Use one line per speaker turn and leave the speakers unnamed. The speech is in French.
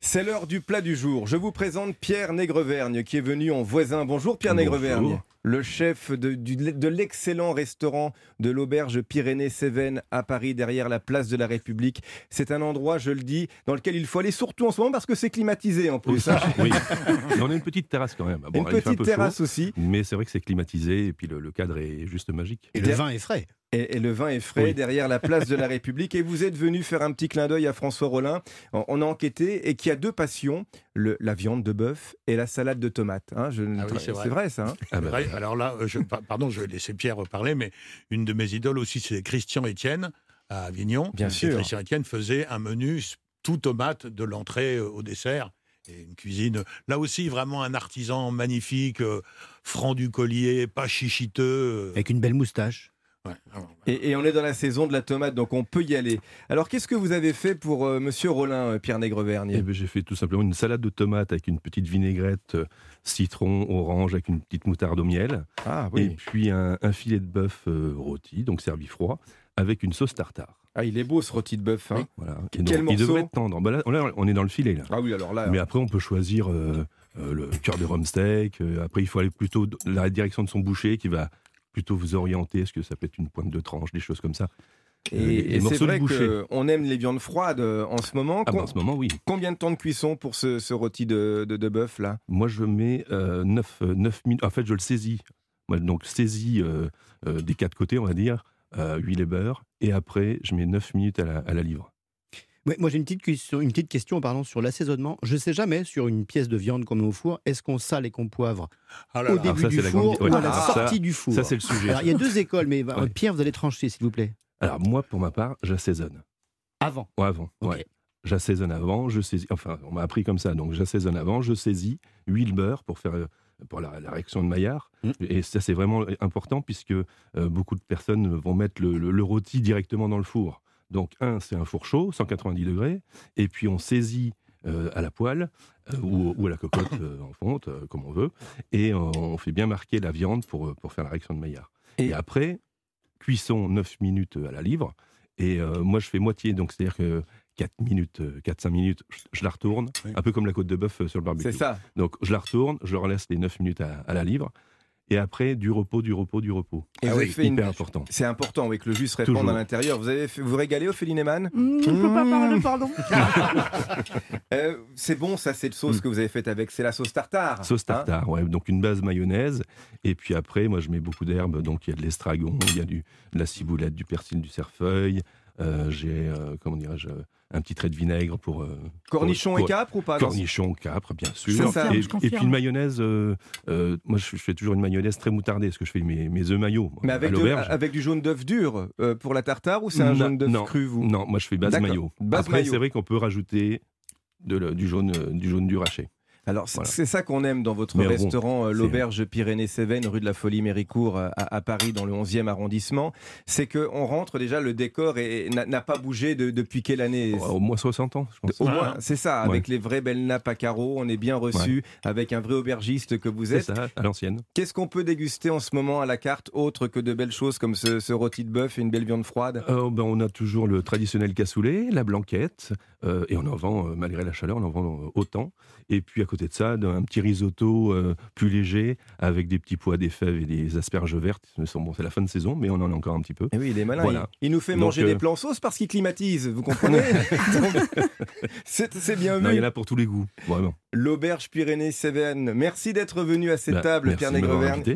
C'est l'heure du plat du jour. Je vous présente Pierre Négrevergne qui est venu en voisin. Bonjour Pierre Négrevergne, le chef de, du- de l'excellent restaurant de l'auberge Pyrénées-Cévennes à Paris derrière la place de la République. C'est un endroit, je le dis, dans lequel il faut aller surtout en ce moment parce que c'est climatisé en plus. hein.
Oui. Mais on a une petite terrasse quand même. Ah Bon,
Une
il fait un
petite
peu
terrasse
chaud,
aussi.
mais c'est vrai que c'est climatisé et puis le, le cadre est juste magique.
Et le vin est frais.
Et, et le vin est frais
Oui.
derrière la place de la République. Et vous êtes venu faire un petit clin d'œil à François Rollin. On on a enquêté et qui a deux passions le- la viande de bœuf et la salade de tomates. Hein, je ne-
Ah oui, c'est vrai.
ça. hein.
Ah bah,
Ouais, alors là, euh, je, pa- pardon, je vais laisser Pierre parler, mais une de mes idoles aussi, c'est Christian Étienne à Avignon.
Bien
Et
sûr.
Christian Étienne faisait un menu s- tout tomate de l'entrée euh, au dessert. Et une cuisine, là aussi, vraiment un artisan magnifique, euh, franc du collier, pas chichiteux. euh,
Avec une belle moustache.
ouais, alors,
Et, et on est dans la saison de la tomate, donc on peut y aller. Alors qu'est-ce que vous avez fait pour euh, Monsieur Rollin, euh, Pierre
eh
Négrevergne
ben, J'ai fait tout simplement une salade de tomates avec une petite vinaigrette euh, citron, orange, avec une petite moutarde au miel.
Ah
Et puis un, un filet de bœuf euh, rôti, donc servi froid, avec une sauce tartare.
Ah, il est beau ce rôti de bœuf. hein.
Voilà.
Quel
Et donc, il
morceau
devrait être tendre. Bah là, on- là, on est dans le filet là.
Ah oui, alors là.
Mais après, on peut choisir euh, euh, le cœur de rhum steak. euh, après, il faut aller plutôt dans la direction de son boucher qui va plutôt vous orienter. Est-ce que ça peut être une pointe de tranche, des choses comme ça
Et,
Euh, les-
et
les
c'est
morceaux de
vrai
boucher.
qu'on aime les viandes froides euh, en ce moment.
Ah, bah,
Com-
en ce moment, oui.
Combien de temps de cuisson pour ce, ce rôti de, de- de bœuf là
Moi, je mets euh, 9, minutes. En fait, je le saisis. Moi, donc, saisis euh, euh, des quatre côtés, on va dire, euh, huile et beurre. Et après, je mets 9 minutes à la, à la livre.
Ouais, moi, j'ai une petite question, une petite question en parlant sur l'assaisonnement. Je sais jamais, sur une pièce de viande qu'on met au four, est-ce qu'on sale et qu'on poivre
ah là
au
là.
début
ça,
du
c'est la
four
grande- ouais,
ou à la
ça-
sortie du four
Ça, c'est le sujet.
Alors, il y a deux écoles, mais bah,
Ouais.
Pierre, vous allez trancher, s'il vous plaît.
Alors, moi, pour ma part, j'assaisonne.
Avant.
Ouais, avant.
Ok.
ouais. J'assaisonne avant, je saisis. Enfin, on m'a appris comme ça. Donc, j'assaisonne avant, je saisis huile beurre pour faire euh, pour la, la réaction de Maillard.
Mm.
Et ça, c'est vraiment important puisque euh, beaucoup de personnes vont mettre le, le- le rôti directement dans le four. Donc, un, c'est un four chaud, 190 degrés. Et puis, on saisit euh, à la poêle euh, ou, ou à la cocotte euh, en fonte, euh, comme on veut. Et euh, on fait bien marquer la viande pour, euh, pour faire la réaction de Maillard.
Et-
Et, après, cuisson 9 minutes euh, à la livre. Et euh, moi, je fais moitié. Donc, c'est-à-dire que 4 minutes, 4-5 minutes, je, je la retourne.
Oui.
Un peu comme la côte de bœuf euh, sur le barbecue.
C'est ça.
Donc, je la retourne, je leur laisse les 9 minutes à, à la livre. Et après, du repos, du repos, du repos.
Et
Ah
vous
oui,
avez fait une-
Hyper important.
C'est important, oui, que le jus se répande
Toujours.
à l'intérieur. Vous avez fait- vous régalez, Ophélie Neyman
Mmh, je ne peux pas
Mmh.
parler, pardon.
Euh, C'est bon, ça, c'est le sauce
Mm.
que vous avez faite avec. C'est la sauce tartare.
Sauce
hein
tartare, ouais. Donc, une base mayonnaise. Et puis après, moi, je mets beaucoup d'herbes. Donc, il y a de l'estragon, il y a du, de la ciboulette, du persil, du cerfeuil. Euh, J'ai, euh, comment dirais-je, euh, un petit trait de vinaigre pour. euh,
Cornichon
pour-
et capre ou pas
Cornichon, capre, bien
Je
sûr.
confirme,
et,
je
et
confirme.
puis une mayonnaise. euh, euh, moi, je, je fais toujours une mayonnaise très moutardée. Parce que je fais mes, mes œufs maillots
Mais
à
avec, de-
l'auberge.
avec du jaune d'œuf dur euh, pour la tartare ou c'est un
Non,
jaune d'œuf
non,
cru, vous
Non, moi, je fais base
D'accord.
maillot.
Base
Après,
maillot.
c'est vrai qu'on peut rajouter de le- du jaune, euh, du jaune du rachet.
Alors, c'est
Voilà.
c'est ça qu'on aime dans votre
Mais bon,
restaurant, euh,
c'est-
l'auberge Pyrénées-Cévennes, rue de la Folie-Méricourt, euh, à, à Paris, dans le 11e arrondissement. C'est qu'on rentre déjà, le décor est- n'a n'a pas bougé de- depuis quelle année
Au moins 60 ans, je pense.
Au
Ouais.
moins, c'est ça,
Oh, Ouais.
avec les vraies belles nappes à carreaux, on est bien reçu, avec un vrai aubergiste que vous
C'est
êtes.
ça, à l'ancienne.
Qu'est-ce qu'on peut déguster en ce moment à la carte, autre que de belles choses comme ce, ce rôti de bœuf et une belle viande froide
Euh, ben, on a toujours le traditionnel cassoulet, la blanquette, euh, et on en vend, euh, malgré la chaleur, on en vend euh, autant. Et puis à côté de ça, un petit risotto euh, plus léger, avec des petits pois, des fèves et des asperges vertes. Ce sont- Bon, c'est la fin de saison, mais on en a encore un petit peu.
Eh oui, il est malin.
Voilà.
Il, il nous fait
Donc,
manger
euh,
des plans sauce parce qu'il climatise, vous comprenez Donc, C'est c'est bien
Non,
vu.
il y en a pour tous les goûts, vraiment.
L'auberge Pyrénées-Cévennes, merci d'être venu à cette
Ben,
table,
merci
Pierre
de m'avoir
Négreverne.
invité.